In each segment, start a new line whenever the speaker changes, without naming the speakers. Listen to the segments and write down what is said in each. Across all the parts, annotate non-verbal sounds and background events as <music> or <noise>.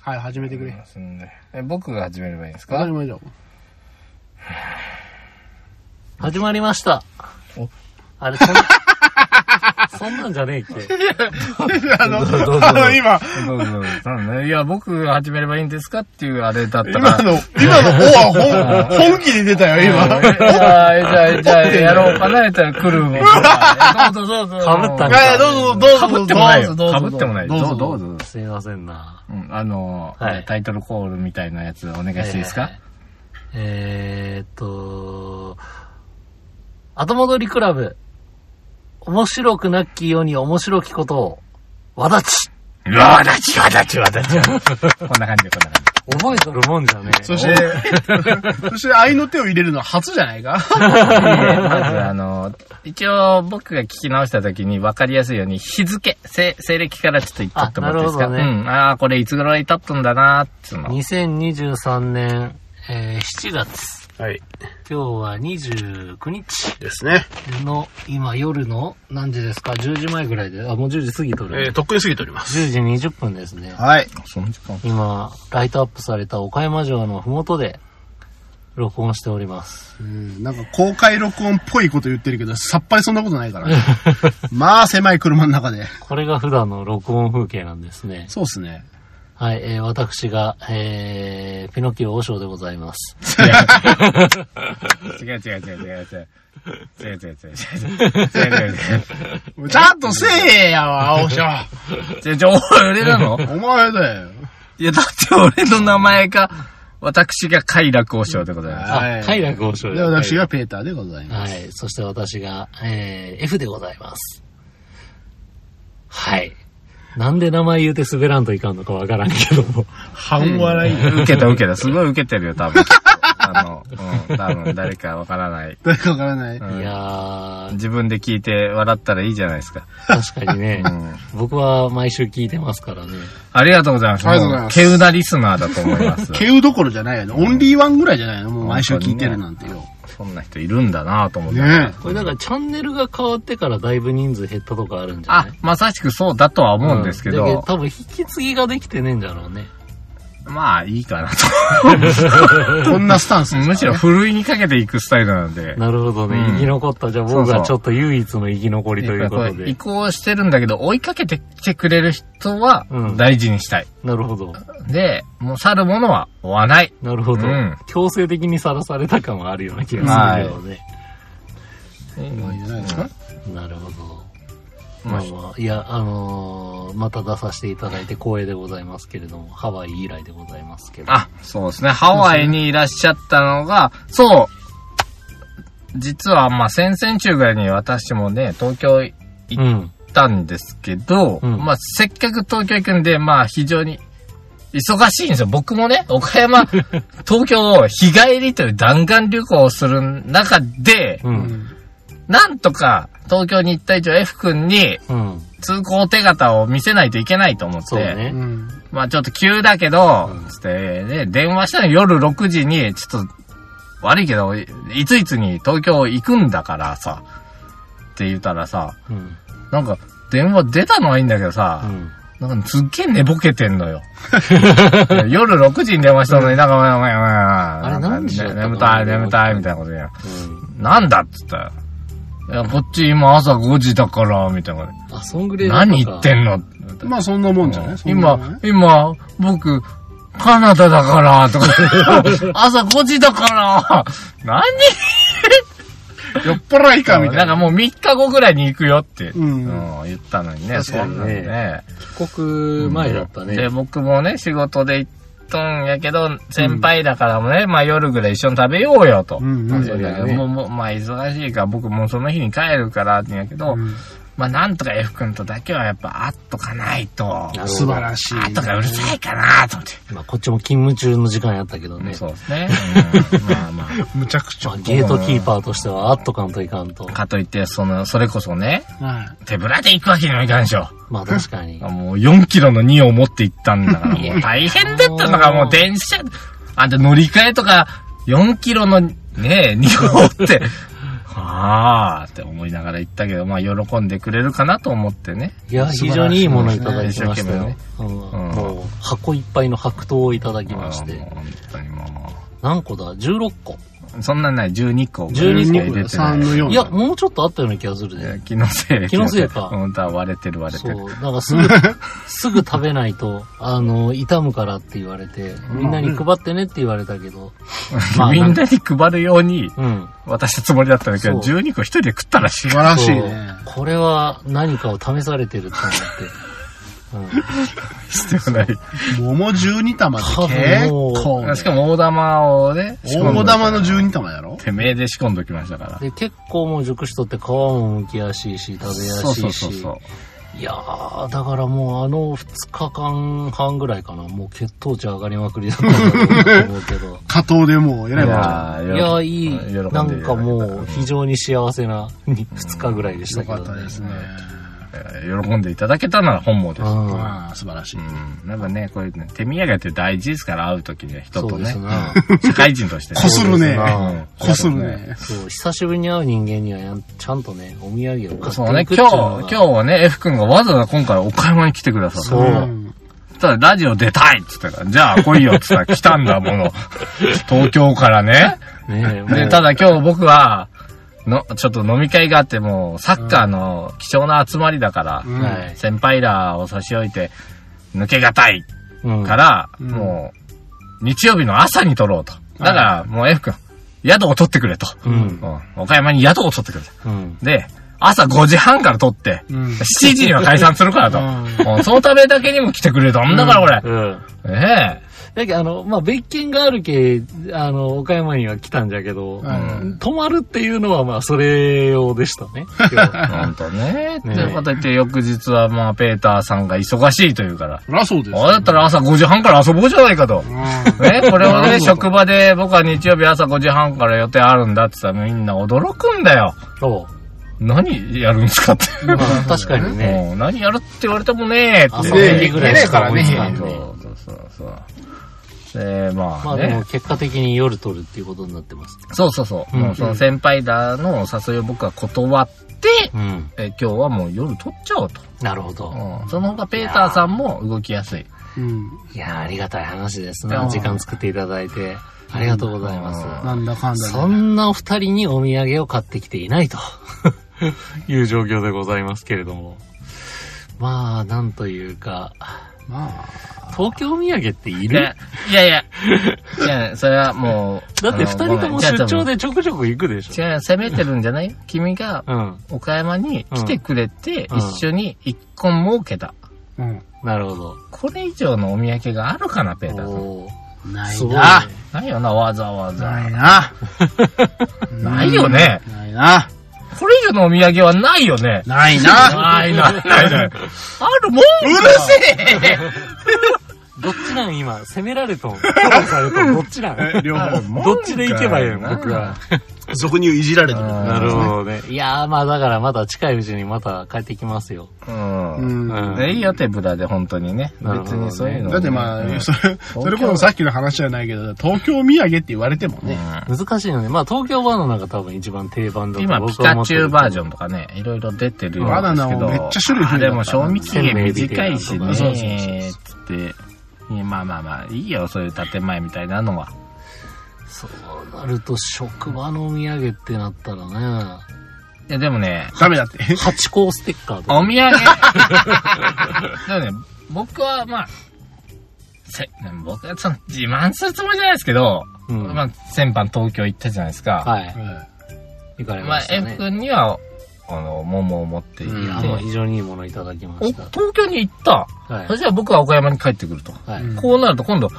はい、始めてくれ。
ますんで。え、僕が始めればいいんです
当た
か
り前じゃん。始まりました。
お
<laughs>
あれ、そんな、そんなんじゃねえっけ。
あの、
どうぞどうぞ
あの、今、
そうそうそうね。いや、僕が始めればいいんですかっていうあれだったら。
今の、今の、おは本、本気で出たよ、今。
えじゃあ、えじゃあ、じゃあ、やろうかな、えじゃあ、来るもん。どうぞどうぞ。
かぶった
い
ね
やいや、どうぞ、どうぞ、
被
どう
って
ぞ、
もないよ
どうぞ
かぶってもない。
どうぞ、
ど
ど
う
う
ぞ
ぞ。。
すみませんな。
うん、あの、
はい
タイトルコールみたいなやつお願いしていいですか、
えーっと、後戻りクラブ。面白くなきように面白きことを、わだち
うわ、わだち、わだち、わだち。こんな感じ、こんな感
覚えとるもんじゃねえ。
そして、そして、愛の手を入れるのは初じゃないか
じ。
<laughs>
まず、あの、一応僕が聞き直した時に分かりやすいように、日付、せ西暦からちょっと言っとってもらっていいですか
あなるほどね
うん、ああ、これいつ頃に経ったんだなーっつうの。
2023年、えー7月。
はい。
今日は29日
ですね。
の、今夜の何時ですか ?10 時前ぐらいで。あ、もう10時過ぎとる。
えー、とっくに過ぎております。
10時20分ですね。
はい。
その時間。
今、ライトアップされた岡山城のふもとで、録音しております。
うんなんか公開録音っぽいこと言ってるけど、さっぱりそんなことない <laughs> からね。まあ、狭い車の中で。
これが普段の録音風景なんですね。
そうっすね。
はい、えー私が、えー、ピノキオ和尚でございます。
違う違う違う違う違う。違う違う違う違う違う違う違う違う
ちゃんとせえやわ、青翔。
違う。じゃあ、俺な
<laughs>
<laughs>
の
お前だよ。
いや、だって俺の名前が、私が快楽王将でございます。
はい
あ快楽和尚
で、私がペーターでございます。
はい、そして私が、えー、F でございます。はい。なんで名前言うて滑らんといかんのかわからんけども。
半笑い。
受けた受けた。すごい受けてるよ、多分。あの、うん、多分誰かわからない。
誰かわからない。
うん
いやー、
自分で聞いて笑ったらいいじゃないですか。
確かに
<laughs>
ね
う、ん。
僕は毎週聞いてますからね。
ありがとうございます。
ありがとうございます
もう稀有なリスナーだと思
<laughs>
います。
ケウどころじゃないよね。オンリーワンぐらいじゃないのもう毎週聞いてるなんてよ。
そんな人いるんだなと思って。
ね
これなんかチャンネルが変わってからだいぶ人数減ったとかあるんじゃ
あ
ない、
まさしくそうだとは思うんですけ
だ
ど、
多分引き継ぎができてねえんだろうね。
まあいいかなと。
こんなスタンス。
むしろふるいにかけていくスタイルなんで。
なるほどね。
うん
生き残った。じゃあ
そう
僕
そう
がちょっと唯一の生き残りということ
移
で。
行してるんだけど、追いかけてきてくれる人は
うん
大事にしたい。
なるほど。
で、もう去るものは追わない。
なるほど。
うん
強制的にさらされた感はあるような気がするよね。
まあいいんじゃないですか
なるほど。
ま
ま
あ
あまあ、いや、あのーまた出させていただいて光栄でございますけれども、ハワイ以来でございますけど。
あ、そうですね。ハワイにいらっしゃったのが、そう。実は、まあ、先々週ぐらいに私もね、東京行
う
っ
ん。
たんですけど、
うん
まあ、せっかく東京行くんで、まあ、非常に忙しいんですよ。僕もね、岡
<laughs>
山、東京を日帰りという弾丸旅行をする中で、
うん。
なんとか東京に行った以上 F 君に
うん。
通行手形を見せないといけないと思って、
そうね。
うん。
まあちょっと急だけど、つって、で、電話したの夜6時に、ちょっと、悪いけど、いついつに東京行くんだからさ、って言ったらさ、
うん。
なんか、電話出たのはいいんだけど
う
さ、
ん。
なんかすっげえ寝ぼけてんのよ。夜6時に電話したのになんか、まあまあまあ
あれ
なんか
何時だったかな
眠たい、眠たい、みたいなこと言うよ
うん。
なんだっつったよ。いや、こっち今朝5時だから、みたいなこと。
あ、そんぐらいだったか
何言ってんの
まあそんなもんじゃないそんなもんじゃな
今
い、
今、僕、カナダだから、とか、朝5時だから、何
酔っ払いかみたい
な
な。
んかもう3日後ぐらいに行くよって、
うん
うん言ったのにね、
確
そ
か
ん
にね
なんでね。
帰国前だったね。
で、僕もね、仕事で行ったんやけど、先輩だからもね、まあ夜ぐらい一緒に食べようよと。
うんうん
そうだけど
ね
もう、もう、まあ忙しいから、僕もうその日に帰るから、んやけど、
うん
まあなんとか F 君とだけはやっぱ会っとかないと、
なるほど
素晴らしい。
会っとかうるさいかなと思って。
まあ、こっちも勤務中の時間やったけどね。
そうですね。うんまあまあ。
むちゃくち
ま
ゃ。
あ、ゲートキーパーとしては、あっとかんといかんと。
かといって、その、それこそね、
はい
手ぶらで行くわけにもいかんでしょ。
まあ、確かに。
もう4キロの2を持って行ったんだから、もう大変だったのが、もう電車、あんた乗り換えとか、4キロのね、2を持って、
<laughs>
なあって思いながら行ったけど、まあ喜んでくれるかなと思ってね。
いや、
素晴らしい
非常にいいものをいただきましたよ。
ね
うん
うん
もう、箱いっぱいの白桃をいただきまし
あーも
て。
う本当にも
何個だ ?16 個。
う、そんなんない12個ぐらいしか
12
入
個
れ
で
て
3
な
の
い。
4。
いや、もうちょっとあったような気がする
い
で。
や気のせいで。
気のせいか
本当は割れてる割れて
そ
る。
う。だからすぐ、
<laughs>
すぐ食べないと、あの、傷むからって言われて、みんなに配ってねって言われたけど。ま
<laughs>
あ
みんなに配るように
うん。
渡したつもりだったんだけど、
そう
12個一人で食ったらし
素
い
晴らしい
そう
ね。
これは何かを試されてると思
<laughs>
って。うん
必要ない。
桃12玉って
多
結
分も
構、
しかも大玉をね、仕込んど
大
いた
玉の12玉やろ。
てめえで仕込んどきましたから。
で、結構もう熟しとって皮も剥きやすいし、食べや
そう
す
そ
いう
そう
し
そ。う。
いやー、だからもうあの2日間半ぐらいかな、もう血糖値上がりまくりだったんだと思うけど
加藤でもう偉いわ。
い
ー
やー、いい、
喜んで
なんかもう
い
非常に幸せな2日ぐらいでした
よ
けど、
か
ね。
ったですね。
ただけた喜んでいただけたなら本望です。
うん。
まあ、素晴らしい。
うん、なんかね、こういうね、手土産って大事ですから、会うときね、人
そ
と
うで
ね
す。な。
社会人としてね。
こするね
うん。
こする。ね。
そう、久しぶりに会う人間にはやんちゃんとね、お土産を買
そう
って
ね
い、くってい
今
う
日、
のが
今日はね、F 君がわざわざ今回岡山に来てくださった。
そう
うん
ただ、ラジオ出たいって言ったから、じゃあ来いよって言ったら来たんだも
<laughs>
の。東京からね。
ねえ、もう
で、ただ今日僕は、の、ちょっと飲み会があって、もう、サッカーの貴重な集まりだから、
うん
はい
先輩らを差し置いて、抜けがたい
うん
から、
うん
もう、日曜日の朝に撮ろうと。だから、もう F 君、宿を取ってくれと。
うん。
うん岡山に宿を取ってくれと。
うん。
で、朝5時半から撮って、
うん
7時には解散するからと。
う
うんそのためだけにも来てくれたんだから、こ
うん。
れ。ね
だけど、あの、まあ、別件があるけ、あの、岡山には来たんじゃけど、
はい
うん
泊まるっていうのは、まあ、それ用でしたね。
え。ほんとね。と
ねえ
いうことで、翌日は、まあ、ペーターさんが忙しいというから。
そりゃそうですよ。
あだったら朝5時半から遊ぼうじゃないかと。
うん
<laughs>
ね、これを
な
ね、
るほど
職場で僕は日曜日朝5時半から予定あるんだって言ったらみんな驚くんだよ。
そう。
何やるんですかって。
まあ、確かにね。
うん何やるって言われてもねーって。
朝5時ぐらいし
か思いつかん
そ
ね
うそうそうそう。で、ま
ま
あ
あ、で
ね
も、。結果的に夜取るっていうことになってます。
そうそうそう。
うん
もうその先輩らのお誘いを僕は断って、
うん。
え今日はもう夜取っちゃおうと。
なるほど。
うんその他ペーターさんも動きやすい。
うん
いやー、ありがたい話です
う
な。
ん
時間作っていただいて、ありがとうございます。
なんだかんだ
そ
で。
んなお二人にお土産を買ってきていないと <laughs> いう状況でございますけれども。まあ、なんというか、
まあ、
東京土産ってい
いや
る、
いやい
<laughs>
や、いや、それはもう。
だって二
あの
人とも出張。でちょくちょく行くでし
ごめん違う、違う責めてるんじゃないよ君が
ょ。うん。
岡山に来てくれて、
うん
一緒に一婚儲けた。
うん。
なるほど。
これ以上のお土産があるかな、ペーターさん。
おー
ない
すごいね
な。
ないよな、わざわ
な
ざ
い。 <laughs> な。
ないよね。
ないな。
これ以上のお土産はないよね。
ないな。
ないないないない。あるもん
うるせえ
どっちなん今、責められとん。フォローされとん。どっちなん
<laughs> 両
あるもんか
どっちで行けばいいの僕は。。
俗に言ういじられてる。
な
ほどね。いやー、まあだからまた近いうちにまた帰ってきますよ。
ど
う
うん。
ん。
うん
でいいよ、手ぶらで、本当にね。
なるほ
別
どね
にそういうのね。
だってま
うん
あ、それ、それこそさっきの話じゃないけど、東京土産って言われてもね。
難しいのね。まあ東京バナナが多分一番定番だと
今、ピ
僕は思
カ
って
チ
る
ュウバージョンとかね、いろいろ出てるよう
バ
で
ナ
すけ
ナ
ど。
もめっちゃ種類増えた
あでも、賞味期限短いしね。
そう
そう
つって。いやまあまあまあ、いいよ、そういう建前みたいなのは。
そうなると職場のお土産ってなったらね、
いや、でもね、
ダメだって。
ハチ公ステッカーと
お
<laughs> か。
土産。でもね、僕はまあ、せ、僕はその自慢するつもりじゃないですけど、
うん
まあ、先般東京行ったじゃないですか。
はい。
う
行かれ
ま
ま
あ
し、た
F
ね。
君には、あの、桃を持って行っ
う
て、
ん
いや、もう非常にいいものをいただきま
お
した。
東京に行った。
はい
そ。したら僕は岡山に帰ってくると。
はい。
うん
こうなると今度、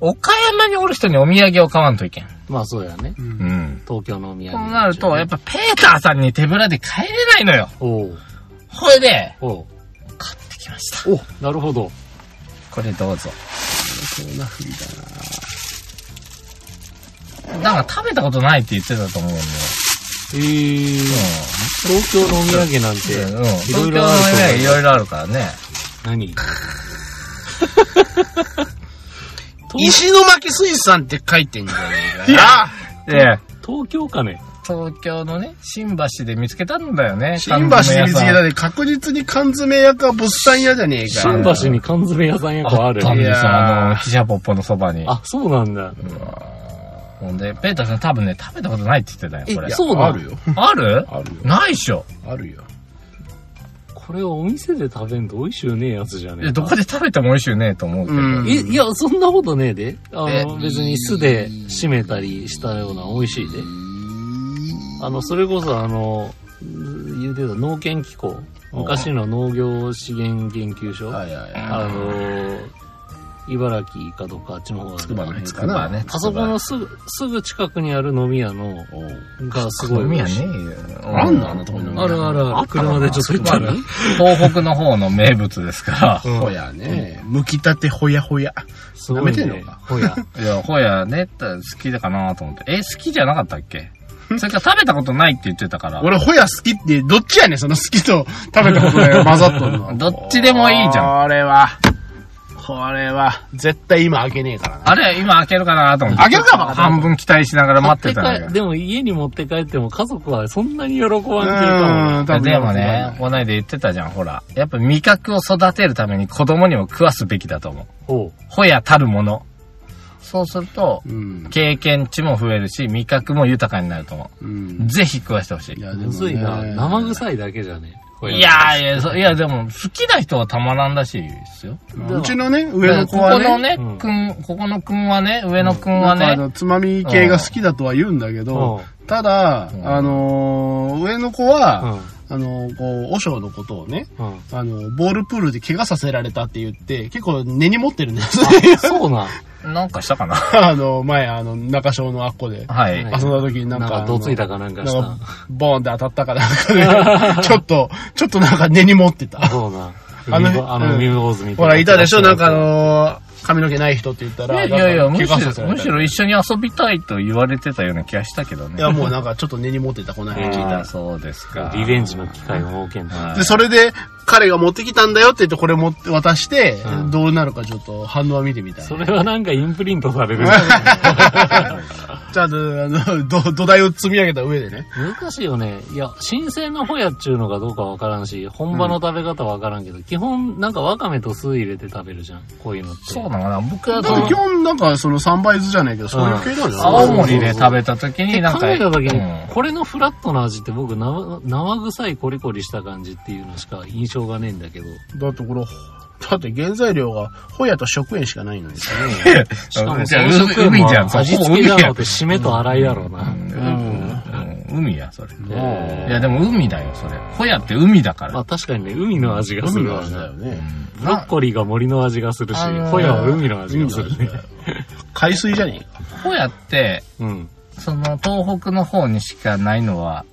岡山におる人にお土産を買わんといけん。
まあそうやね。
ん
う
うん
ん。
東京のお土産。
こうなると、やっ。ぱペーターさんに手ぶらで帰れないのよ。
おう
ほいで、
おう
買ってきました。
おなるほど。
これどうぞ。
そうなふうだな。
なんか食べたことないって言ってたと思うんだよ。
えー、東京のお土産なんて
うん。うん。、
い
東京
ろい
のお土
ろあると思
産
う
いろいろあるからね。 <laughs>
何東
石巻水産って書いてんじゃねえか。
いや
で、
東京かね
東京のね、新橋で見つけたんだよね。
新橋で見つけた
ね。
で確実に缶詰屋か物産屋じゃねえか
新
よ。
橋に缶詰屋さんや個
あ
あ
っ
る。
たん
ね
です
いや
よ、
ー
あの、ひじゃぽっぽのそばに。
あ、そうなんだ。
ほんで、ペーターさん多分ね、食べたことないって言ってたよ、これ。
えそう
あるよ。
ある
あるよ。
ないっしょ。
あるよ。
これをお店で食べんと美味しゅうねえやつじゃね
い
え
や
か。
どこで食べても美味しいねえと思うけど。
うん
いいや、そんなことねえで。あ
え
の、別に酢で締めたりしたような美味しいで。あの、それこそあの、言うてた農研機構。昔の農業資源研究所。
はいはいはい。
あの、茨城かどっかあっちの方
つくばの
あ
辺か
つくば
な。
ね。
あそこのすぐ、すぐ近くにある飲み屋の、
おう
がす
つ
ご
くば
い美
や
味
ね
しい。
えよ
あんのあんなとこに。
あるあるある。車でちょっと行ったら。
東北の方の名物ですか
ほやね。剥きたてほやほや。
すごい
舐めてん
ね
のか。
ほ
<laughs>
や。
ら。いや、ほやね、好きだかなと思って。え、好きじゃなかったっけそれから食べたことないって言ってたから。
俺ほや好きって、どっちやねん、その好きと食べたこと <laughs> が混ざっとるの。
どっちでもいいじゃん。
これは、これは、絶対今開けねえからな。
あれ、今開けるかなと思って。
開けるかバカ
半分期待しながら待ってたんだけ
持
ど
っ。でも家に持って帰っても家族はそんなに喜ばんけ
う
え
ー
か
ん多分
でもね、こないで言ってたじゃん、ほら。やっぱ味覚を育てるために子供にも食わすべきだと思う。
も。ほう。
ほやたるもの。そうすると、
うん。
経験値も増えるし、味覚も豊かになると思
う
う。
ん。
ぜひ食わしてほしい。
い
いや
や、でもね
むずいな。生臭いだけじゃね。ほ
いやそいや、でも、好きな人はたまらんらしいですよ。
うちのね、上の子
こ
は
こ
ね、
のね
うん、
くん、ここのくんはね、上のくん
な
は
んかあ
ね、
のつまみ系が好きだとは言うんだけど、ただ、
ん
あのー上の子
うん。
は、あのーこう、和尚のことをね、 <laughs>
うん。
あの、ボールプールで怪我させられたって言って、結構根に持ってるんですね。
そうなん。
なんかしたかな
<laughs> あの、前、あの、中小のあっこで
はい。
遊んだ時になん
なん
か、
かどついたかなん
あ
か
の
し
なん
た。
か、ボーンって当たったかなんかで、ちょっと、ちょっとなんか根に持ってた。
<laughs> そうなん。
あの
海坊あの、
うん
海坊主みたいな。
ほら、いたでしょなんかあのー髪の毛ない人って言った
い
ら、
やいやいや、む
なん
し
か怪我させ
ろ、
られ
む
た
しろ一緒に遊びたいと言われてたような気がしたけどね。
いや、もうなんかちょっと根に持ってた、この辺。
聞いたそうですか。
リベンジの機会を設けんと。
はい
で、それで、彼が持ってきたんだよって言って、これ持って渡して、
うん
どうなるかちょっと反応は見てみたい。
それはなんかインプリントさ
<laughs>
れる。
ちゃんと、あの、ど土台を積み上げた上でね。
難しいよね。いや、新鮮なホヤっちゅうのかどうかわからんし、本場の食べ方わからんけど、基本なんかワカメと酢入れて食べるじゃん。こういうのって。
そうなのかな僕は
だから基本なんかその三倍酢じゃないけど、そういう系なんじゃない
青森で食べた時に、なん
考
か、
えた時に、
うん
これのフラットな味って僕生生臭いコリコリした感じっていうのしか印象がねえんだけど、
だってこれ、だって原材料がホヤと食塩しかないのに。
<laughs>
しかも
じゃあ
その食
海じゃん
も味
そこ
付けな
海
の
や
って締めと洗いやろうな、
うん。
うん海や、それ。い
えー
や、でも海だよ、それ。ホヤって海だから。
まあ確かにね海の味がす
海
る
の
わ
味だよ
ね
ね。
ブロッコリーが森の味がするし、
あのー
ホヤは海の味
海
が
の
す
味
る
だ
ね
よ。海水じゃねえか。
ホヤって、
うん
その、東北の方にしかないのは、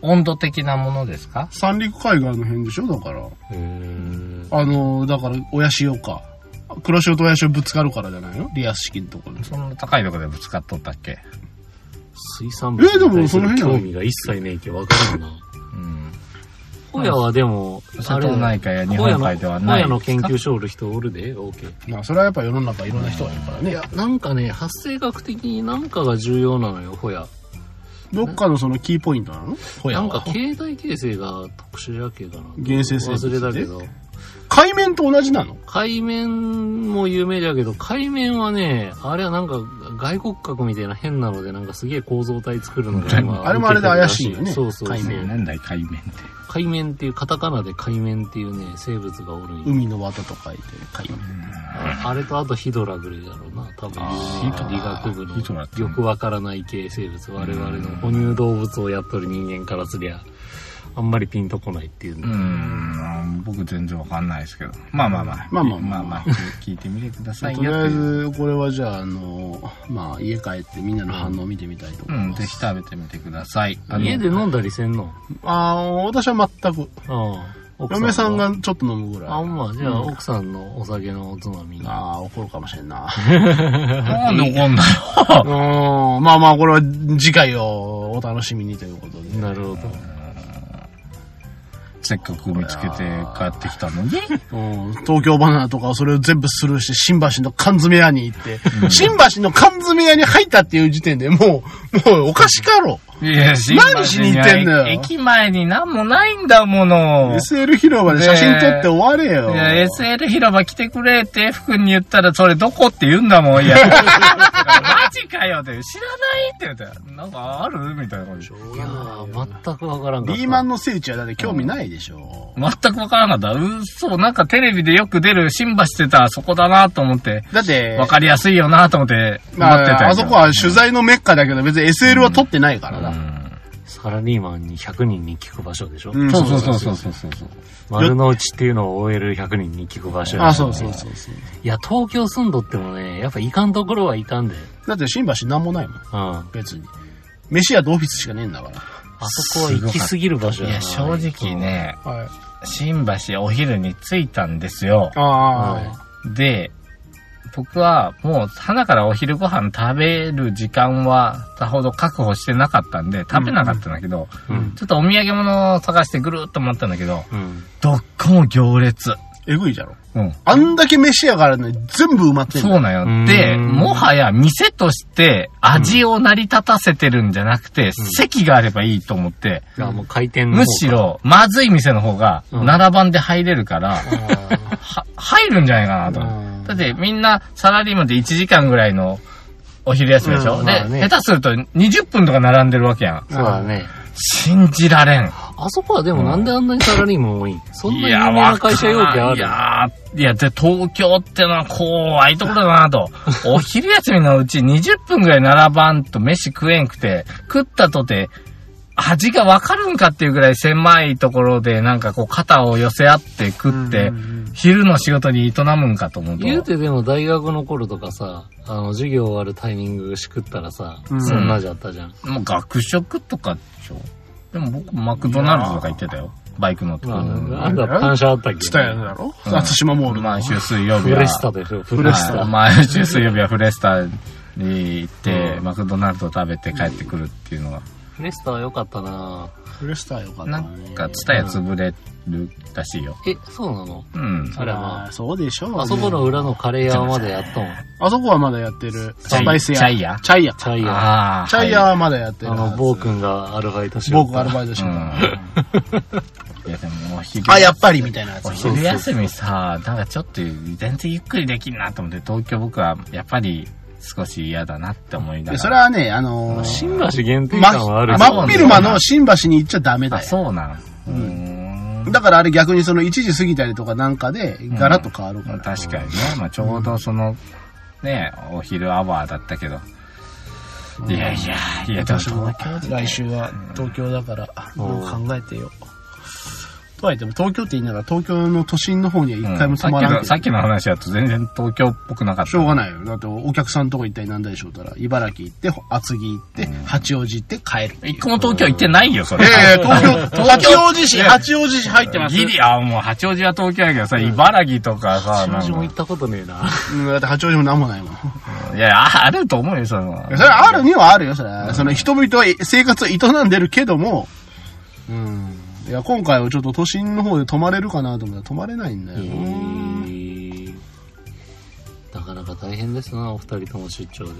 温度的なものですか
三陸海岸の辺でしょだから。
へー
あの、だから、親潮か。黒潮と親潮ぶつかるからじゃないのリアス式のところ
そんな高いとこでぶつかっとったっけ
水産物
えで
に
も
対す
その
る
辺
興
は
味が一切ねえけどわかるよな
<laughs> うん。
ホヤはでも
瀬戸内海や日本海ではない
ホヤの研究所おる人おるで OK
に。まあ、それはやっぱ世の中いろんな人がいるから
い
ね
や。なんかね発生学的に何かが重要なのよホヤ
どっかのそのキーポイントなのホヤ
な
は
んか形態形成が特殊だけかな。
原生生物
忘
で
れたけど。
海面と同じなの
海面も有名だけど、海面はね、あれはなんか外国核みたいな変なので、なんかすげえ構造体作るのが今。
あれもあれで怪しいよね
そうそうそう。
海
海
面
面
なんだい、海面って。
っていう、カタカナで海面っていうね、生物がおるんよ。
海の綿と書いて、海面。
あれとあとヒドラぐらいだろうな。多分、理学部
ヒドラって
のよくわからない系生物。我々の哺乳動物をやっとる人間からすりゃ、あんまりピンとこないっていうね。
うん、僕全然わかんないですけど。まあまあまあ。
まあまあ
まあまあ。聞いてみてくださいよ
と
って
り
いう。
あえず、これはじゃあ、あの、まあ、家帰ってみんなの反応を見てみたいと
う
思い
ん、
ま
ぜひ
す。
食べてみてください。あの
家で飲んだりせんの
ああ、私は全く。
ああ奥
嫁さん
は
がちょっと飲むぐら
あ、
い。
まあ、じゃあ、奥さんのお酒のおつまみ。
ああ、怒るかもしれんな。 <laughs>
なんで怒んな
うーん、まあまあ、これは次回をお楽しみにということで。
なるほど。
せっかく見つけて帰ってきたのに。
うん、東京バナナとかをそれを全部スルーして、新橋の缶詰屋に行って、新橋の缶詰屋に入ったっていう時点でもう、もうおかしかろう。
<laughs> いや、新
何しに行ってんのよ
橋には駅前に何もないんだもの。
SL 広場で写真撮って終われよ。
いや、SL 広場来てくれって、F 君に言ったら、それどこって言うんだ <laughs> もん、いや。マジかよって、知らないって言ったら、なんかあるみたいな感じでしょ。
いやー、全くわからんかった。
リーマンの聖地はだって興味ないでしょ。
全くわからなかった。うそう、なんかテレビでよく出る新橋ってた、そこだなと思って、
だって、
わかりやすいよなと思って、
ま
待ってた
あ、
よ
あそこは取材のメッカだけど、別に SL は撮ってないから
う
な。
ん
サラリーマンに100人に聞く場所でしょ、
ん
そうそうそうそうそうそう。
丸の内っていうのを OL100 人に聞く場所や
あ、そうそうそうそう。
いや、東京住んどってもね、やっぱいかんところはいかんで。うん。
だって新橋なんもないもん、
あ
別に。飯屋とオフィスしかねえんだから。
そこは行き過ぎる場所
い
やな。
や、正直ね、
はい。
新橋お昼に着いたんですよ。
あ
で、僕はもう、花からお昼ご飯食べる時間は、さほど確保してなかったんで、食べなかったんだけど、
うん。
ちょっとお土産物を探してぐるーっと回ったんだけど、
うん。
どっこも行列。
えぐいじゃろ。
うん。
あんだけ飯屋があるのに全部埋まってんだよ
そうなんよ。
う
で、
ん
もはや店として味を成り立たせてるんじゃなくて、席があればいいと思って、
いや、もう回転の方か
むし。ろ、まずい店の方が、
うん
7番で入れるから、は入るんじゃないかなと
う
思
ん
う。だってみんなサラリーマンで1時間ぐらいのお昼休みでしょ、
うん
で、
まあね
下手すると20分とか並んでるわけやん。
そうだね。
信じられん。
あそこはでもなんであんなにサラリーマン多いんそん
い
な有
や
名な会社容器ある
わからんいやー、いや、で、東京ってのは怖いところだな
<laughs>
と。お昼休みのうち20分ぐらい並ばんと飯食えんくて、食ったとて、味がわかるんかっていうぐらい狭いところで、なんかこう肩を寄せ合って食って
うんうんうん、
昼の仕事に営むんかと思うと。
言うてでも大学の頃とかさ、あの、授業終わるタイミングしくったらさ、
うん
そんなじゃったじゃん。
もう学食とかでしょでも僕、マクドナルドとか行ってたよ。バイクのとこ
ま
ろ
あ、
で。
なんだ、感謝あったっけ
ツタヤだろ
うん
あつしまモールの。
毎週水曜日
フ
は。
レスタでしょ、フレス
は
タ
い。毎週水曜日はフレスタに行って、
うん
マクドナルド食べて帰ってくるっていうのは、
フレスタは良かったな
フレスターよかった
な
ね。
んか、ツタヤ潰れるらしいよ。
え、そうなの
うん。
あれはま
あーそうでしょう、ね。
あそこの裏のカレー屋までやったもん。
あそこはまだやってる。
チャイ
スパイス屋。
チャイヤ
チャイヤ。
チャイヤ。
ああ。
チャイヤはまだやってる。
あの、ボー君がアルバイトしよ
僕がアルバイトしてたから。
<laughs>
はい。いや、でも、お昼。
あ、やっぱりみたいなやつ
お。昼休みさ、なんかちょっと全然ゆっくりできんなと思って、東京僕はやっぱり少し嫌だなって思い
で
ながら。
それはね、あのー、
新橋限定
ま
感はあるけど
真っ昼間の新橋に行っちゃダメだ
あ、
よ。
そうなん。うーん。
だからあれ逆にその1時過ぎたりとかなんかでガラッと変わるか
まあ
ら。
確かにね、まあ、ちょうどその、ね、お昼アワーだったけど。いやいや、いや、でも
私も
東京で
来週は東京だから、もう考えてよ。とはいっても東京って言いながら東京の都心の方には
うん
一回も
さ
泊
っき
まらな
の、
い。
さっきの話だと全然東京っぽくなかった。
しょうがないよ。だってお客さんのとこ一体何だでしょうたら、茨城行って、厚木行って、八王子行って帰るっていう。
一個も東京行ってないよ、それ。
ええ東京、
東京
八王子市、八王子市入ってます。
ギリ、あ、もう八王子は東京やけどさ、茨城とかさ、
新
なん
橋も行
か
ったことねえな。
うん、だって八王子もなんもないもん。
いや、ああると思うよ、その。
それはあるにはあるよ、それは。その人々は生活を営んでるけども、うん。いや、今回はちょっと都心の方で泊まれるかなと思ったら泊まれないんだよ。
なかなか大変ですな、お二人とも出張で。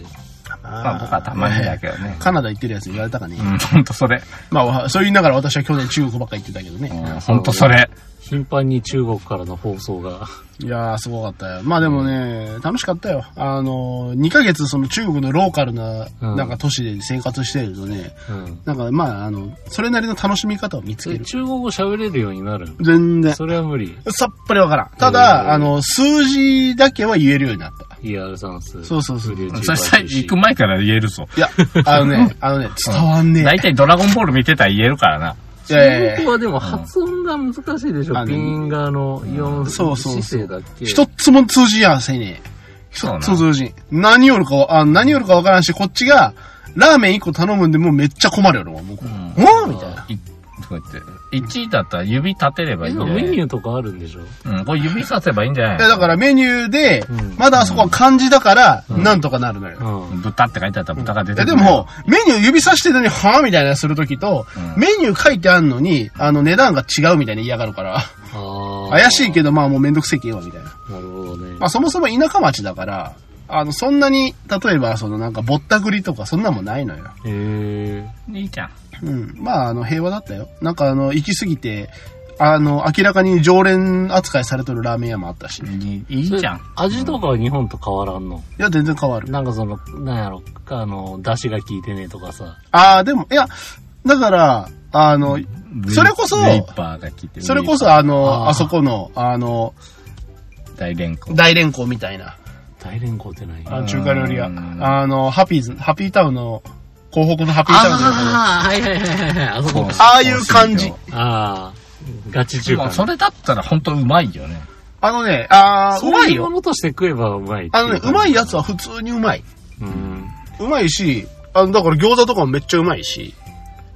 まあ僕はたまにだけどね。
<laughs> カナダ行ってるやつに言われたかね。
うん、ほんとそれ。
まあ、そう言いながら私は去年中国ばっか行ってたけどね。
うんほんとそれ。
頻繁に中国からの放送が。
いやー、すごかったよ。まあでもね、楽しかったよ。あのー、2ヶ月その中国のローカルな、
うん
なんか都市で生活してるとね、
うん。
なんかまあ、あの、それなりの楽しみ方を見つけ
え
る。
中国語喋れるようになる
全然。
それは無理。
さっぱりわからん。た
うん
だ、あの、数字だけは言えるようになった。
ER 算数。
そうそうそう
フリーチューバ
そ
ー
したら行く前から言えるぞ。
いや、あの
<laughs>
ね、あのね、伝わんね
大体ドラゴンボール見てたら言えるからな。
え。いやいや
中
い
国
や
はでも発音が難しいでし
あ
ょ。
の
ピンがあの、4
そうそう
姿
そう
勢だっけ。
一つも通じやんせいね。一つも通じん。何よるかわ、あ何よるかわからんし、こっちが、ラーメン一個頼むんでもうめっちゃ困るよ、もう。うんみたいな。
いこうやって。1位だったら指立てればい
え
いん
で
じゃ
も
ない
メニューとかあるんでしょ
うん、これ指させばいいんじゃない
いや、だからメニューで
うん、
まだあそこは漢字だから、なんとかなるのよ。
うん。
豚って書いてあったら豚が出
い
て
や
く
で
る。
も、メニュー指さしてたのに、はぁみたいなするときと、
うん
メニュー書いてあんのに、あの、値段が違うみたいに嫌がるから、
あー
怪しいけど、まあもうめんどくせえけえわ、みたいな。
なるほどね。
まあそもそも田舎町だから、あの、そんなに、例えば、そのなんかぼったくりとかそんなもんないのよ。
へえ。
いいじゃん。
うん。まあ、あの、平和だったよ。なんかあの、行き過ぎて、あの、明らかに常連扱いされとるラーメン屋もあったしね。
いいいいじゃん。
味とかは日本と変わらんの。
いや、全然変わる。
なんかその、なんやろ、あの、出汁が効いてねえとかさ。
ああ、でも、いや、だから、あの、それこそ
ウェイパーが効いてる
それこ
ウェ
そあの、
あー
あそこの、あの、
イパー大連行。
大連行みたいな、
大連合ってない
あの中華料理屋。
うん
あの、ハピーズ、ハピータウンの、広北のハピータウンのところ
ああ、はいはいはいはい。あそこか。
ああいう感じ。
ああ、ガチ中華
ま
ね。
あそれだったら本当うまいよね。
あのね、あーう
そう
ま
い
いう
も
よ。
のとして食えばうまいってい
あのね、うまいやつ
は。
は普通にうまい。
うん。
うまいし、あの、だから餃子とかもめっちゃうまいし、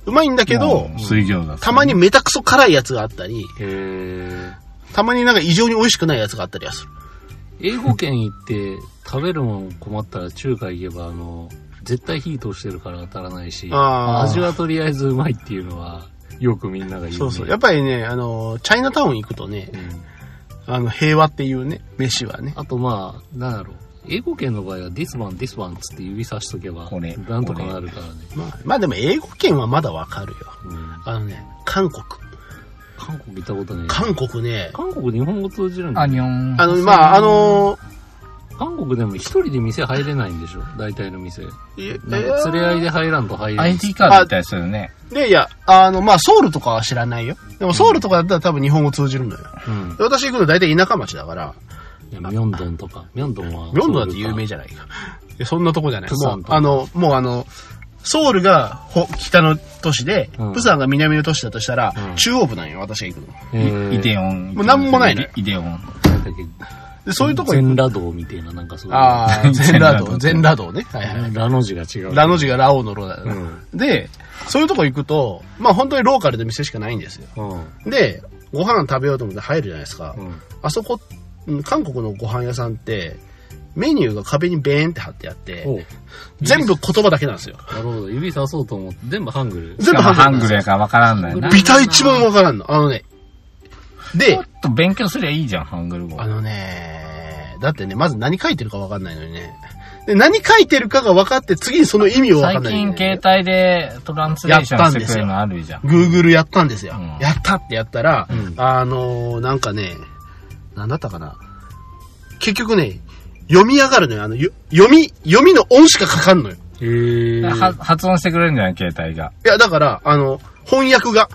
うまいんだけど
も、う水餃子。
たまにめたくそ辛いやつがあったり、
へえ。
たまになんか異常に美味しくないやつがあったりはする。
英語圏行って食べるもん困ったら中華行けば、あの、絶対火通してるから当たらないし、
あー
味はとりあえずうまいっていうのは、よくみんなが言う、ね。
そうそう。やっぱりね、あの、チャイナタウン行くとね
う、ん
あの、平和っていうね、飯はね。
あとまあ、なんだろう。英語圏の場合は this one, this one つって指さしとけば、
これ
なんとかなるからね。
まあ、まあでも英語圏はまだわかるよ。
うん
あのね、韓国。
韓国行ったことね。
韓国ね、
韓国日本語通じるんだ
あ。にょん。
あの、まあ、あの
韓国でも一人で店入れないんでしょ大体の店。
い
なんか連れ合いで入らんと入れない
ID カードみたいするね。
で、いや、あの、まあ、ソウルとかは知らないよ。でも、ソウルとかだったら多分日本語通じるのよ。
うん。
で私行くの大体田舎町だから、
いや、ミョンドンとか。ミョンドンは。
ミョンドだって有名じゃないか。いやそんなとこじゃない。
プサ
も
ン
う
と、か
あの、もうあの、ソウルがほ北の都市で、
うん
プサンが南の都市だとしたら、
うん
中央部なんよ、私が行くの。
えー
イデオン。
もうなんもないのよ
イデオン。
なんだっけ
で、そういうとこ
全
行く。
裸道みたいな、なんかそういう。
ああ、全裸道、全
全
裸道ね。はいはい。
ラの字が違う。
ラの字がラオウのロだよな、
うん
で、そういうとこ行くと、まあ本当にローカルで店しかないんですよ。
うん。
で、ご飯食べようと思って入るじゃないですか。
うん。
あそこ、うん韓国のご飯屋さんって、メニューが壁にベーンって貼ってあって、
おう
全部言葉だけなんですよ。
なるほど。指さそうと思って、全部ハングル。
全部
ハング
ル
ルやからわからんのよな。
ビ
ビ
ち
タ一番わからんの。あのね。で
ょっ、と勉強すりゃいいじゃん、ハングル語
あ。のね、だってね、まず何書いてるかわかんないのにね。で、何書いてるかが分かって、次にその意味をわか
最
んない、
近携帯でトランスレーションしてくれるのあるじゃん。
Google やったんですよ。
うん
やったってやったら、
うん
あのーなんかね、なんだったかな。結局ね、読み上がるのよ。あの、よ読み、読みの音しかかかんのよ。
へぇ
は発音してくれるんじゃない携帯が。
いや、だから、あの、翻訳が、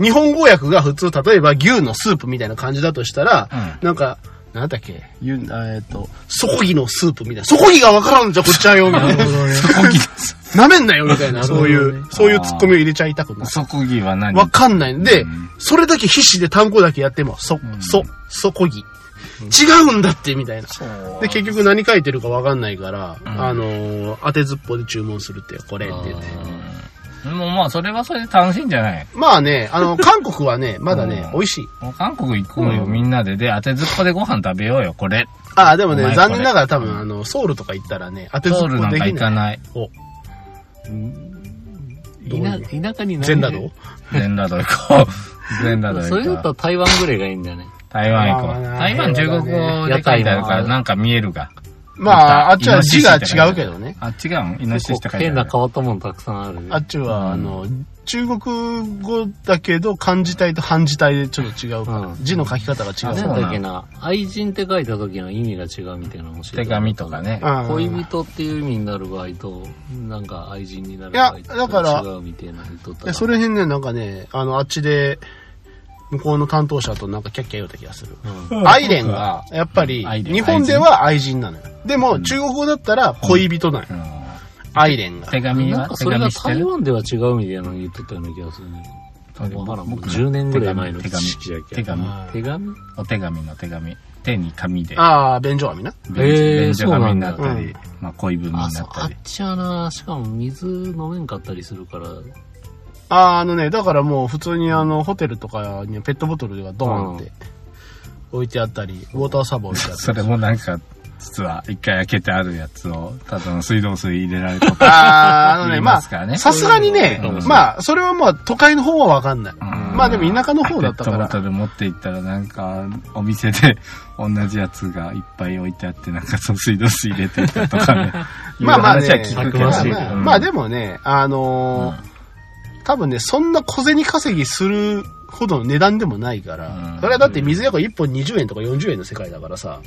日本語訳が普通、例えば牛のスープみたいな感じだとしたら、なんか、なんだっけ、ゆえーっと、底木のスープみたいな。底木がわからんじゃん、こっちはよ、みたいな。
<laughs>
なめんなよ、みたいな、
なる
そ
ほど
う
ね
いう、そういうツッコミを入れちゃいたくない。
即義は何
わかんない。で、
うん
それだけ必死で単語だけやっても、そ、そ、そこぎ。違うんだって、みたいな。で、結局何書いてるかわかんないから、
ん
あのー当てずっぽで注文するってよ、これって言って。
でもまあ、それはそれで楽しいんじゃない
まあね、あ <laughs> の、韓国はね、まだね
う、
美
ん
味しい。
もう韓国行こうよ、
うん
みんなで。で、当てずっこでご飯食べようよ、これ。
ああ、でもね
うま、い
残念ながら多分、あの、ソウルとか行ったらね、当てずっ
ソ
ぽ
ウルなん
で
か
き
行か
ない。
ない。
お、
田田舎に何
全裸道
全裸道行こう。全裸道
それだ
行こ
った
う。
ら台湾ぐらいがいいんだよね。
台湾行こ
まあ
う。
まあ
台湾中国語で書いてあるから、なんか見えるが。
まあ、あっちは字が違うけどね。
あ、違うんイノシシって書いて
変
あ
な
る。
変わったものたくさんある。
あっちは、あの、中国語だけど、漢字体と漢字体でちょっと違うから、
うん
字の書き方が違う
あ
か
そ
ら。
う
なんだっけな、愛人って書いた時の意味が違うみたいなの教
手
えてもらった
紙とかね。
うん
恋人っていう意味になる場合と、なんか愛人になる
いや
場合と
だから
違うみたいなの言っとった
いや、それへんね、なんかね、あの、あっちで、向こうの担当者となんかキャッキャ言うた気がする。アイレンが、やっぱり
アイ、レン
日本では愛人なのよ。でも、中国語だったら恋人なのよ。
うん
アイレンが。
手紙
な
は
んか
手
それが
紙して
台
る
湾では違うみたいなの言っとったような気がするね。わからんもう
僕
10年ぐらい前の
手
知
紙
識だけ
手紙
あ
手紙
お手紙の手紙。手に紙で。
ああ、便所網な。
へー
便所紙にな
そ
っ
うな
た
ん
り
だ、
まあ恋文にな
あ、
っ
そう、あ
た
っ
り。
ちやな。しかも水飲めんかったりするから。う
あーあのね、だからもう普通にあの、ホテルとかにペットボトルがドーンって置いてあったり、ウォーターサーバー置いてあったり。
それもなんか、実は一回開けてあるやつを、ただの水道水入れられとか。
ああ、あのね、
言い
ま
ますから
あ、
ね
さすがにね
うん、
まあ、それはまあ、都会の方はわかんない。
うん
まあでも田舎の方だったか
ペッ
ら
トボトル持って行ったらなんか、お店で同じやつがいっぱい置いてあって、なんかその水道水入れていたとかね。
<laughs> まあまあね、
いう話は聞くけど
まあ
ね
まあ
うん
まあでもね、あのー多分ね、そんな小銭稼ぎするほどの値段でもないから、
うん
それはだって水やこ1本20円とか40円の世界だからさ、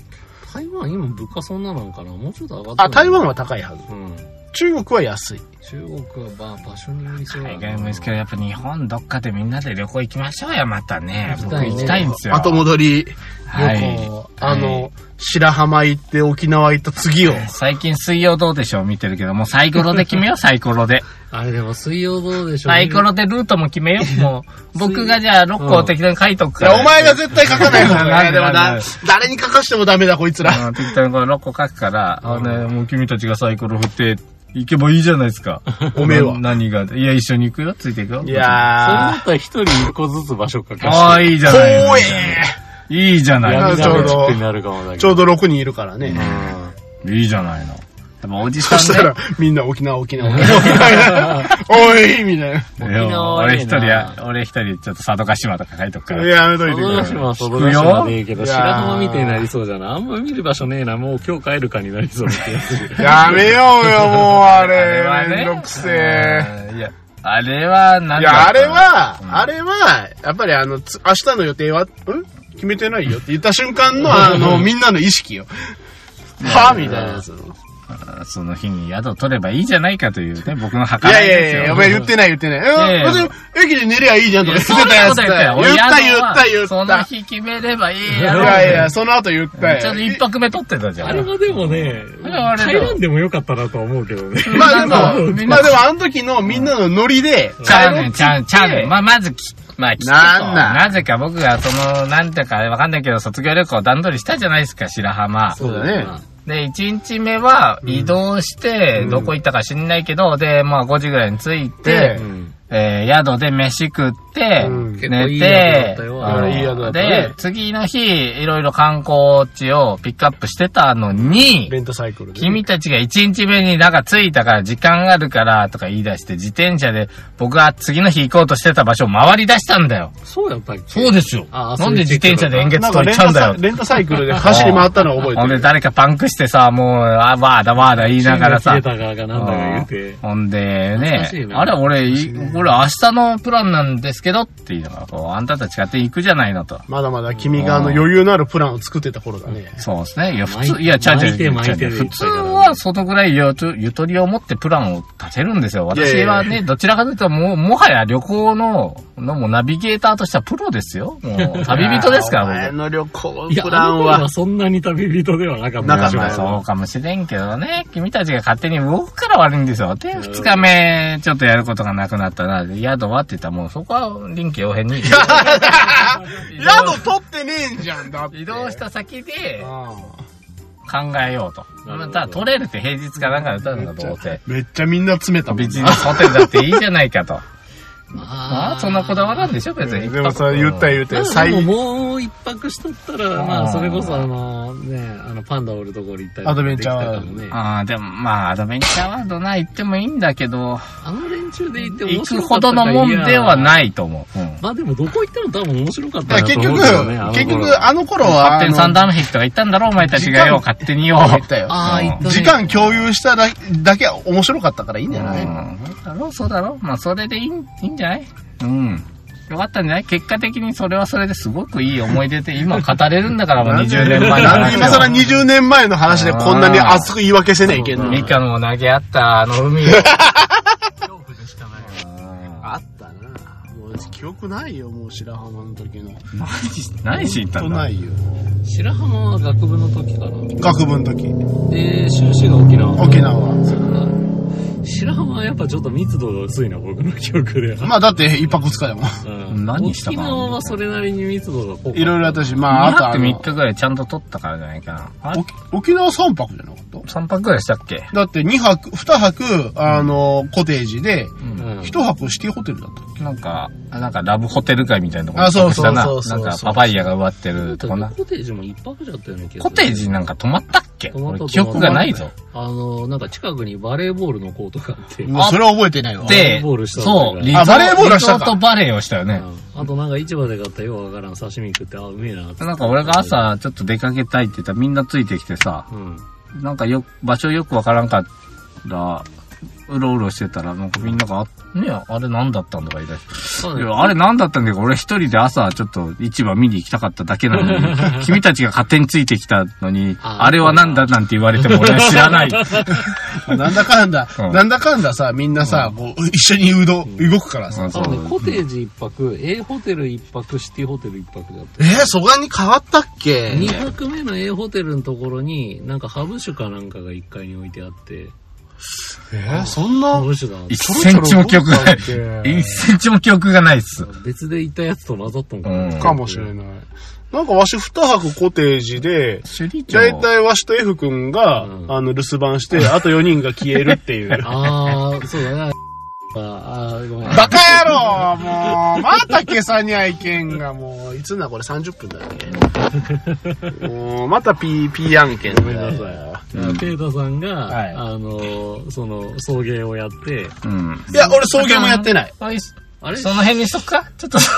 台湾今物価そんななんかなもうちょっと上がった
あ、台湾
は
は高いはず。
うん
中国は安い。
中国はまあ場所によりそうだな
海外もですけど、やっぱ日本どっかでみんなで旅行行きましょうよ、またね。
行き
僕
たいね
行きたいんですよ。
後戻り、
はい。
旅行あの、白浜行って沖縄行った次を。
最近水曜どうでしょう見てるけど、もうサイコロで決めよう、サイコロで。
あれでも水曜どうでしょう
サイコロでルートも決めよう。もう、僕がじゃあ6個的なの書いとく
い
から。
や、お前が絶対書かないもん
<laughs> なん
ね。
で
でも
なん
な
で、
誰に書かしてもダメだ、こいつら。
うん、適当にこの6個書くから、あのね、もう君たちがサイコロ振って、行けばいいじゃないですか。
<laughs> おめえは
な何が。いや、一緒に行くよ。ついていく
い
よ。
それだ
や
ったら一人一個ずつ場所か
あ
か
あ
して
ー、いいじ
ー、
ゃないの
怖え
いいじゃない
や
闇
ちょうど
鍋チックになるかもだけど
ちょうど6人いるからね。
の。いいじゃないの。でもおじさ
そし
ん
た
ね
ら、みんな沖縄、沖縄、沖縄。 <laughs> おいみたいな。
い
沖
や
縄はい
俺
い
一
な
人や、俺一人、ちょっと佐渡島とか書いとくか
い
ら。
や、やめといてく
佐
ださい。
渡島は佐渡島でいいけ
聞
ど、
くよ。
白浜みたいになりそうじゃないあんま見る場所ねえな、もう今日帰るかになりそうな気がする
やめようよ、もう、あ
あれは
れ。
ね
めんどくせえ。
うんいや、あれは何
い
だ
や、あ
ったの
れ、は、あれは、やっぱりあの、つ明日の予定は、ん決めてないよって言った瞬間の、あの、みんなの意識よ。はみたいなやつ。い
その日に宿取ればいいじゃないかというね、僕の計
や
らい
い
ですよ。
やいや、お前言ってない言ってない。うん、
いやいや
別に駅で寝りゃいいじゃんとか言って
そ
た
んな
やつ
こと
だ
言ったよ。
よ。言った言った言っ
その
た。
日決めればいい
い
やろ。
やいや、その後言ったよ。
ちょっと一泊目取ってたじゃん。
あれはでもね、
あれだ
台湾でもよかったなとは思うけどね。
まあでも、まあでもあの時のみんなのノリで、
ちゃうねん、ちゃうねん、ちゃうねん。まあ、まずき、まあ、き
なんなん
なぜか僕が、その、なんていうかわかんないけど、卒業旅行段取りしたじゃないですか、白浜。
そうだね。
で、1日目は移動して、どこ行ったか知んないけど、で、まあ5時ぐらいに着いて、
う
うん。
えー宿で飯食って、
うん
寝
結構
て、
いい宿だったよ
あの
いやいい宿だったね
で、次の日、いろいろ観光地をピックアップしてたのに、
レンタサイクルでね。
君たちが1日目になんか着いたから時間があるからとか言い出して、自転車で僕は次の日行こうとしてた場所を回り出したんだよ。
そうやったっけ
そうですよ。
ああ
なんで自転車で円月
なん
と
か
行
レ
っ
ン
ちゃ
タ
うんだ
サ
よ
イ。レンタサイクルで走り回ったのを覚え
ほ
て
んで
る。
誰かパンクしてさ、もう、あわーだわーだ言いながらさ
切れ。たががなんだか言うて。
ほんで
懐か
ね
しい、な
あれ俺、い俺明日のプランなんですけどっていうのが、こう、あんたたち勝手に行くじゃないのと。
まだまだ君があの余裕のあるプランを作ってた頃だね。
そうですね。いや、普
巻い
通、いや、ちゃうちゃう
巻いて巻いてでいっぱ
普
い
通
だからね
はそのぐらいゆとゆとりを持ってプランを立てるんですよ。
いやいや
私
いや
はね、どちらかというと、もう、もはや旅行の、のもうナビゲーターとしてはプロですよ。もう、旅人ですか
お前
ら、
の旅行
いや、
プラ
あの
ン
頃
は
は。そんなに旅人ではなかった。
なかっ
僕。
た
まあ
よ
そうかもしれんけどね、君たちが勝手に動くから悪いんですよ。で、二日目、ちょっとやることがなくなったら、宿はって言ったらもうそこは臨機応変に。
宿取ってねえんじゃんだって。
移動した先で
あ
考えようと。
なるほ
ま
ど
た取れるって平日かなんかだったのかどうせ。
あ。めっちゃみんな詰めたもん
ビジネスホテルだっていいじゃないかと。ま
ま
あ、そんなこだわらんでしょ、別に。
でもさ、言った言っ
まあ
た。最
でももう一泊しとったら、ま
あ
あ
ー
それこそあの、ね、あのパンダおるところ行ったり
アドベンチャーワールド
できたからね。
ああ、でもまあ、アドベンチャーワールドな、行ってもいいんだけど、
あの連中で行って
行
面
く
白か
ほ
った
ど
か
のもんではい
や
ないと思う。うん。
まあでもどこ行っても多分面白かっ
だ
た
から
な
結
と
局
思うけどね。あの、
結
頃
局あの頃は、
勝手にサンダーム壁とか行ったんだろ、お前たちがよ、
時間
勝手によ。
言ったよ
ああ、行ったね
時間共有しただだけ面白かったからいいんじゃない、
うんそうだろ、そうだろ。まあ、それでいいんいいんじゃないうん。よかったんじゃない結果的にそれはそれですごくいい思い出で、今語れるんだから、もう20年前の
なんで
話を
今更20年前の話でこんなに熱く言い訳せねえいけんの
ミカの投げ合った、あの
<laughs>
海を。
恐怖でしかない。
あったなもう記憶ないよもう白浜の時の
何しに行ったんだ
ないよ
白浜は学部の時かな。
学部の時
で、修士が沖縄。
沖縄
そっか白浜はやっぱちょっと密度が薄いな、僕の記憶では。
まあだって一泊二日やもん
うん
何したかな
沖縄はそれなりに密度が濃かった
いろいろ私まああ
あ
と
と
あ
3
の
日ぐらいちゃんと取ったからじゃないかな。あれ
沖沖縄三泊じゃなかった
?3 泊ぐらいしたっけ
だって二泊二泊あの、コテージで
うん
一泊シティホテルだった
なんか、なんかラブホテル街みたいなとこ
あそうそう
したな
そうそう
なんかパパイヤが植わってるとこな。
コテージも一泊じゃったよね、
コテージなんか泊まったっけ
トマト
俺記憶がないぞ。
あの、なんか近くにバレーボールのコートがあって、
もうそれは覚えてないわ。
レ
で
ーボール、したの
そう、
か
リゾ
あバレーボールは
リ
し
ゾ
た
ー
か
トバレーをしたよね。
あとなんか市場で買ったようわからん刺身食って、あ、うめえなって。
なんか俺が、朝ちょっと出かけたいって言ったらみんなついてきてさ、
うん。
なんかよ、場所よくわからんかったら、うろうろしてたら、なんかみんなが、あねえあれ何だったんだか言い出して。
そう
い
ね。
やあれ何だったんだか俺一人で朝ちょっと市場見に行きたかっただけな <laughs> のに、君たちが勝手についてきたのに、
あ
あれは何だなんて言われても俺は知ら <laughs> ない。
<laughs> なんだかんだ、
うん
なんだかんださ、みんなさ、こう、一緒にうどん、動くからさ。
うん
あ
そ
のね、
う
コテージ一泊、A ホテル一泊、シティホテル一泊だった。
えー、そがに変わったっけ
2泊目の A ホテルのところに、なんかハブ酒かなんかが1階に置いてあって、
えー、そんな
ハブ酒だなって
1センチも記憶がない。
ちょろちょろ動いたっけ
1センチも記憶がないっす。
別で行ったやつと混ざったんかな。
うん
かもしれない。なんかわし二泊コテージで、
首里
だいたいわしと F 君が、
うん
あの、留守番して、あと4人が消えるっていう。
あー、そうだな。あー、ごめん。
バカ野郎もう、また今朝にゃいけんが、もう、いつなこれ30分だっけもう、またピー、ピー案件ごめんなさい。
ペータさんが、
はい
あの、その、送迎をやって、
うん。
いや、俺送迎もやってない。
はい
あれ
その辺にしとくかちょっと。
送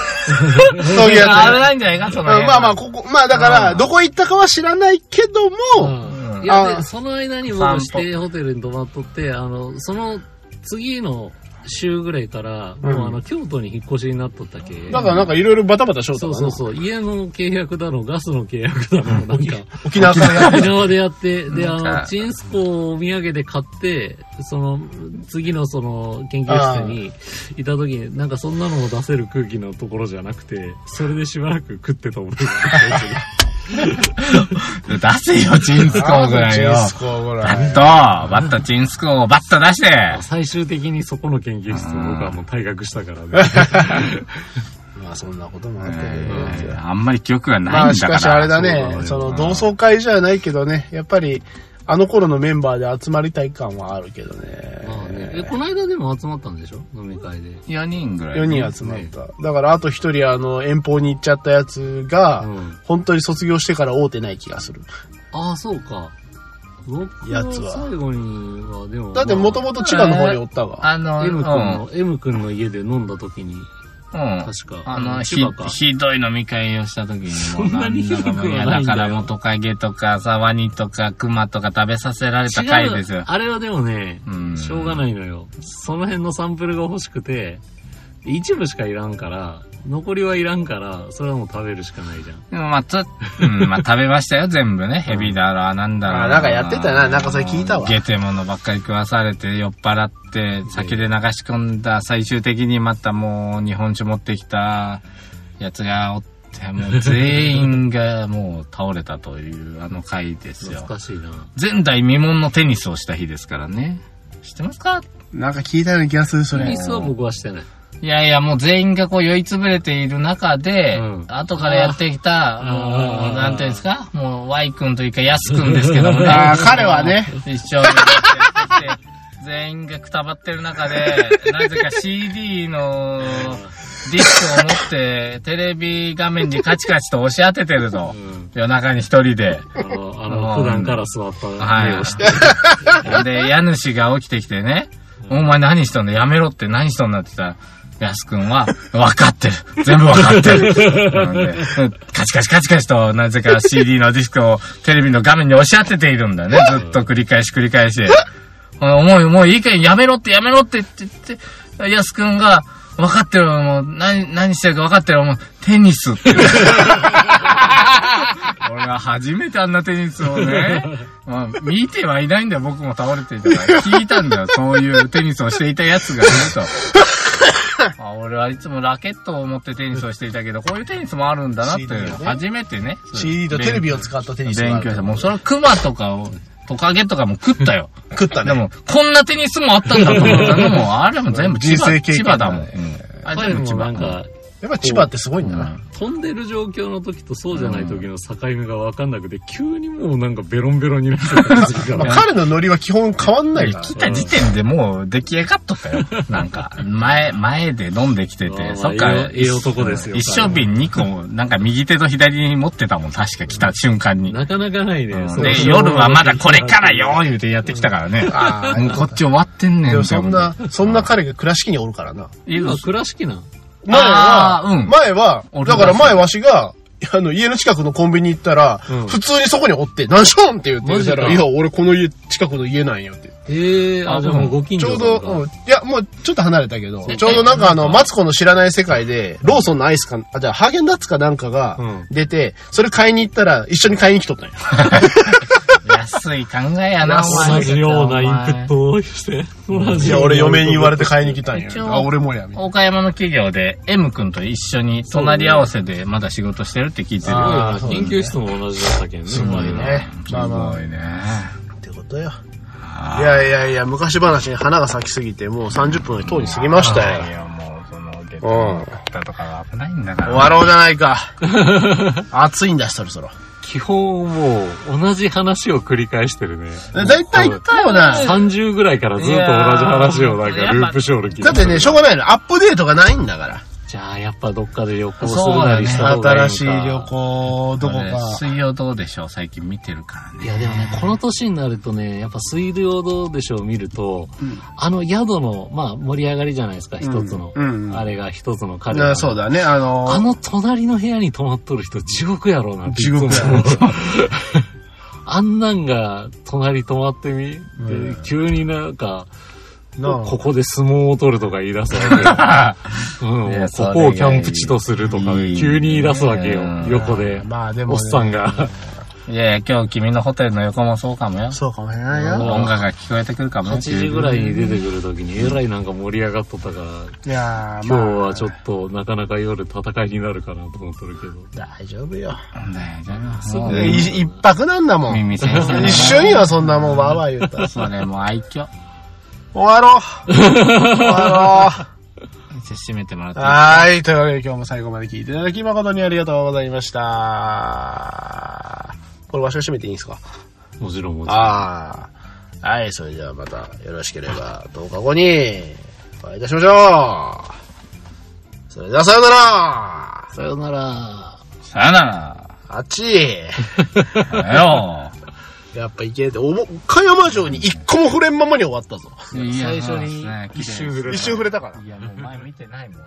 迎やって
危
ない。
ないんじゃないかそ
うん
の辺。
まあまあ、ここ、まあだから、どこ行ったかは知らないけども、
うん
うん
いや、
あー
で、その間に僕
散歩
指定ホテルに泊まっとって、あの、その次の週ぐらいから、もうあの、京都に引っ越しになっとったけ。
だからなんかいろいろバタバタしようと
そう
か
そ
な
う。そう、家の契約だの、ガスの契約だの、なんか、
沖縄からや
沖縄でやって、で、あ
なんか
の、チンスコをお土産で買って、その、次のその、研究室にいた時に、なんかそんなのも出せる空気のところじゃなくて、それでしばらく食ってたもん。
出せよ、チンスコーぐらいよ。
チンスコーぐ
バ
ら
ッ
い
と、バッとチンスコーをバッと出して。
<laughs>
最終的にそこの研究室を僕はもう退学したからね。
<laughs> まあそんなこともあって
えーあんまり記憶が
ま
ない
あ
ん
し
だから。
かしあれだ
そうなの
ね
よ、
その同窓会じゃないけどね、やっぱり、あの頃のメンバーで集まりたい感はあるけど
まあね
ね。
え、この間でも集まったんでしょ飲み会で。
4人ぐらい。
4人集まった。だからあと1人あの遠方に行っちゃったやつが、
うん
本当に卒業してから会うてない気がする。
ああ、そうか。僕
や
は
つは
最後には、でも。
だってもともと千葉の方におったわ。
あの、
まあ M 君
うん
の、M 君の家で飲んだ時に、
うん。
確か
あの、ひ
千葉か、
ひどい飲み会をした時にもう、
そんなにひどくはないんだよ
んだかからもうトカゲとかさ、ワニとかクマとか食べさせられた
違
回
う
ですよ。
あれはでもね、
うん
しょうがないのよ。その辺のサンプルが欲しくて、一部しかいらんから、残りはいらんから、それはもう食べるしかないじゃん。
でもまあ、つ、うん、まあ食べ
<laughs>
ましたよ、全部ね。ヘビだろ、なんだろ。
あなんかやってたななんかそれ聞いたわ
ゲテモノばっかり食わされて、酔っ払って、酒で流し込んだ、最終的にまたもう日本酒持ってきたやつがおって、
<laughs>
もう全員がもう倒れたというあの回ですよ
懐。かしいな。
前代未聞のテニスをした日ですからね。知ってますか
なんか聞いたような気がする、そ
テ
れ
ニ。スは僕はしてない。
いやいや、もう全員がこう酔いつぶれている中で、
うん
後からやってきた、もう
あー、
なんていうんですかもう Y 君というか、ヤス君ですけどもね。
あー彼はね。
一生懸命やってきて、全員がくたばってる中
<laughs>
で、なぜか CD のディスクを持って、テレビ画面にカチカチと押し当ててると。夜中に一人で。
あの、あの普段から座った
はい
目をして。
で、家主が起きてきてね、お前何しとんのやめろって何しとんのって言ったら、やすくんは、分かってる。全部分かってる。なんでうんカチカチカチカチと、なぜか CD のディスクをテレビの画面に押し当てているんだね。ずっと繰り返し繰り返し。おいもう、もういいかいやめろってやめろってって言って、やすくんが、分かってるもう、何、何してるか分かってるもう、テニスって。俺は初めてあんなテニスをね、まあ、見てはいないんだよ、僕も倒れていたから。聞いたんだよ、そういうテニスをしていたやつがいると。あ俺はいつもラケットを持ってテニスをしていたけど、こういうテニスもあるんだなって
CD ね、
初めてね。
CD とテレビを使ったテニスがあ
勉
る
強した。もうそれはクマとかを、トカゲとかも食ったよ。
食った
で
ね。
も、こんなテ
<laughs>
ニスもあったんだと思ったのも、あれも全部千
人
葉、
生経験
千葉だもん。うんあれ
彼
全部
も
千葉
なんか、
やっぱり千葉ってすごいんだな。
飛んでる状況の時とそうじゃない時の境目が分かんなくて、急にもうなんかベロンベロンになってる感じ
<laughs>
が
まあ、彼のノリは基本変わんないから。
来た時点でもう出来上がっとったよ。なんか、前、前で飲んできて
まあまあ
て、そっから、
ええええ男ですよ
一生瓶2個も、なんか右手と左に持ってたもん、確か来た瞬間に。
なかなかないね。そう
で、夜はまだこれからよ言うてやってきたからね。
あ
もうこっち終わってんね
で
ん
もそんな、そんな彼が倉敷におるからな。
今、倉敷なん。
前は、
あーうん
前は、
俺
だ
が
から前わしが、あの、家の近くのコンビニ行ったら、
うん
普通にそこにおって、何しょんって言って言ったら、
マ
い
ジ
や、
か
俺この家、近くの家なんよって。
ええあ、じゃあもうご近
ち
所
ょう
な
んど、
だ
うんいや、もうちょっと離れたけど、ちょうどなんかあの、マツコの知らない世界で、ローソンのアイスか、あ、じゃあハーゲンダッツかなんか
う
が
ん
出て、それ買いに行ったら、一緒に買いに来とったんよ。
安い考えやな、お前
同じようなインプットをして。同
い <laughs>
じ
や、
ような
俺嫁に言われて買いに来たんよ
一。応
あ、俺もや、みたいな。
岡山の企業で M 君と一緒に隣り合わせでまだ仕事してるって聞いてる。
あーそうね
研究室も同じだったけんね。す
ごいねまあまあ
いね。
ってことよ。いやいやいや、昔話に花が咲きすぎて、もう30分とうに過ぎましたよ
い。や、もうその、ゲッ
う
ト
ん。
とかが危ないんだから。
終わろうじゃないか。 <laughs> 暑いんだし、そろそろ。
基本もう、同じ話を繰り返してるね。
だいたい、もうな、
30ぐらいからずっと同じ話をなんかループショール聞いてる
だってね、しょうがないの。アップデートがないんだから。
じゃあやっぱどっかで旅行するなりした方がいいのか
新しい旅行、どこ
あれ
か。
水曜どうでしょう最近見てるからね。
いやでもね、この年になるとね、やっぱ水曜どうでしょう見ると、あの宿の、まあ盛り上がりじゃないですか、一つの。
うんうん
あれが一つの彼
な
ら
そう
の。
だね、あの
あの隣の部屋に泊まっとる人地獄やろうなっていつも
地獄
あんなんが隣泊まってみ、で急になんか、
なあ
ここで相撲を取るとか言い出すわけよ。うん、
い
もう
やそれ
こ
が
こをキャンプ地とするとか
い
ね、
い
急に言い出すわけよ
うん、
横で。
まあでも
おっ
ね
さんが。
<laughs> いやいや、今日君のホテルの横もそうかもよ。
そうかもしれないよ。
音楽が聞こえてくるかもよ
8時ぐらいに出てくるときに、えらいなんか盛り上がっとったから、
いやー、
今
まあ。
日はちょっとなかなか夜戦いになるかなと思っとるけど。
大丈夫よ。
大丈
す
夫。
ぐ
も
い一泊なんだも。
うん耳先生。
一緒にはそんなもん、わーわー言
<laughs>
ったら。
<laughs> それも愛嬌。
終わろう。終わろう。
じゃあ閉めてもらっていい
はい。というわけで今日も最後まで聞いていただき誠にありがとうございました。これわしを閉めていいんですか
もちろんもちろん。
ああ。はい。それではまたよろしければ10日後にお会いいたしましょう。それではさよなら。
さよなら。
さよな
あっち。
ら。だよ。
やっぱいけって、おも岡山城に一個も触れんままに終わったぞ。
いや
最初
そ
に
うですね
一瞬触れ
一瞬触れたから。
いや、もう前見てないもん。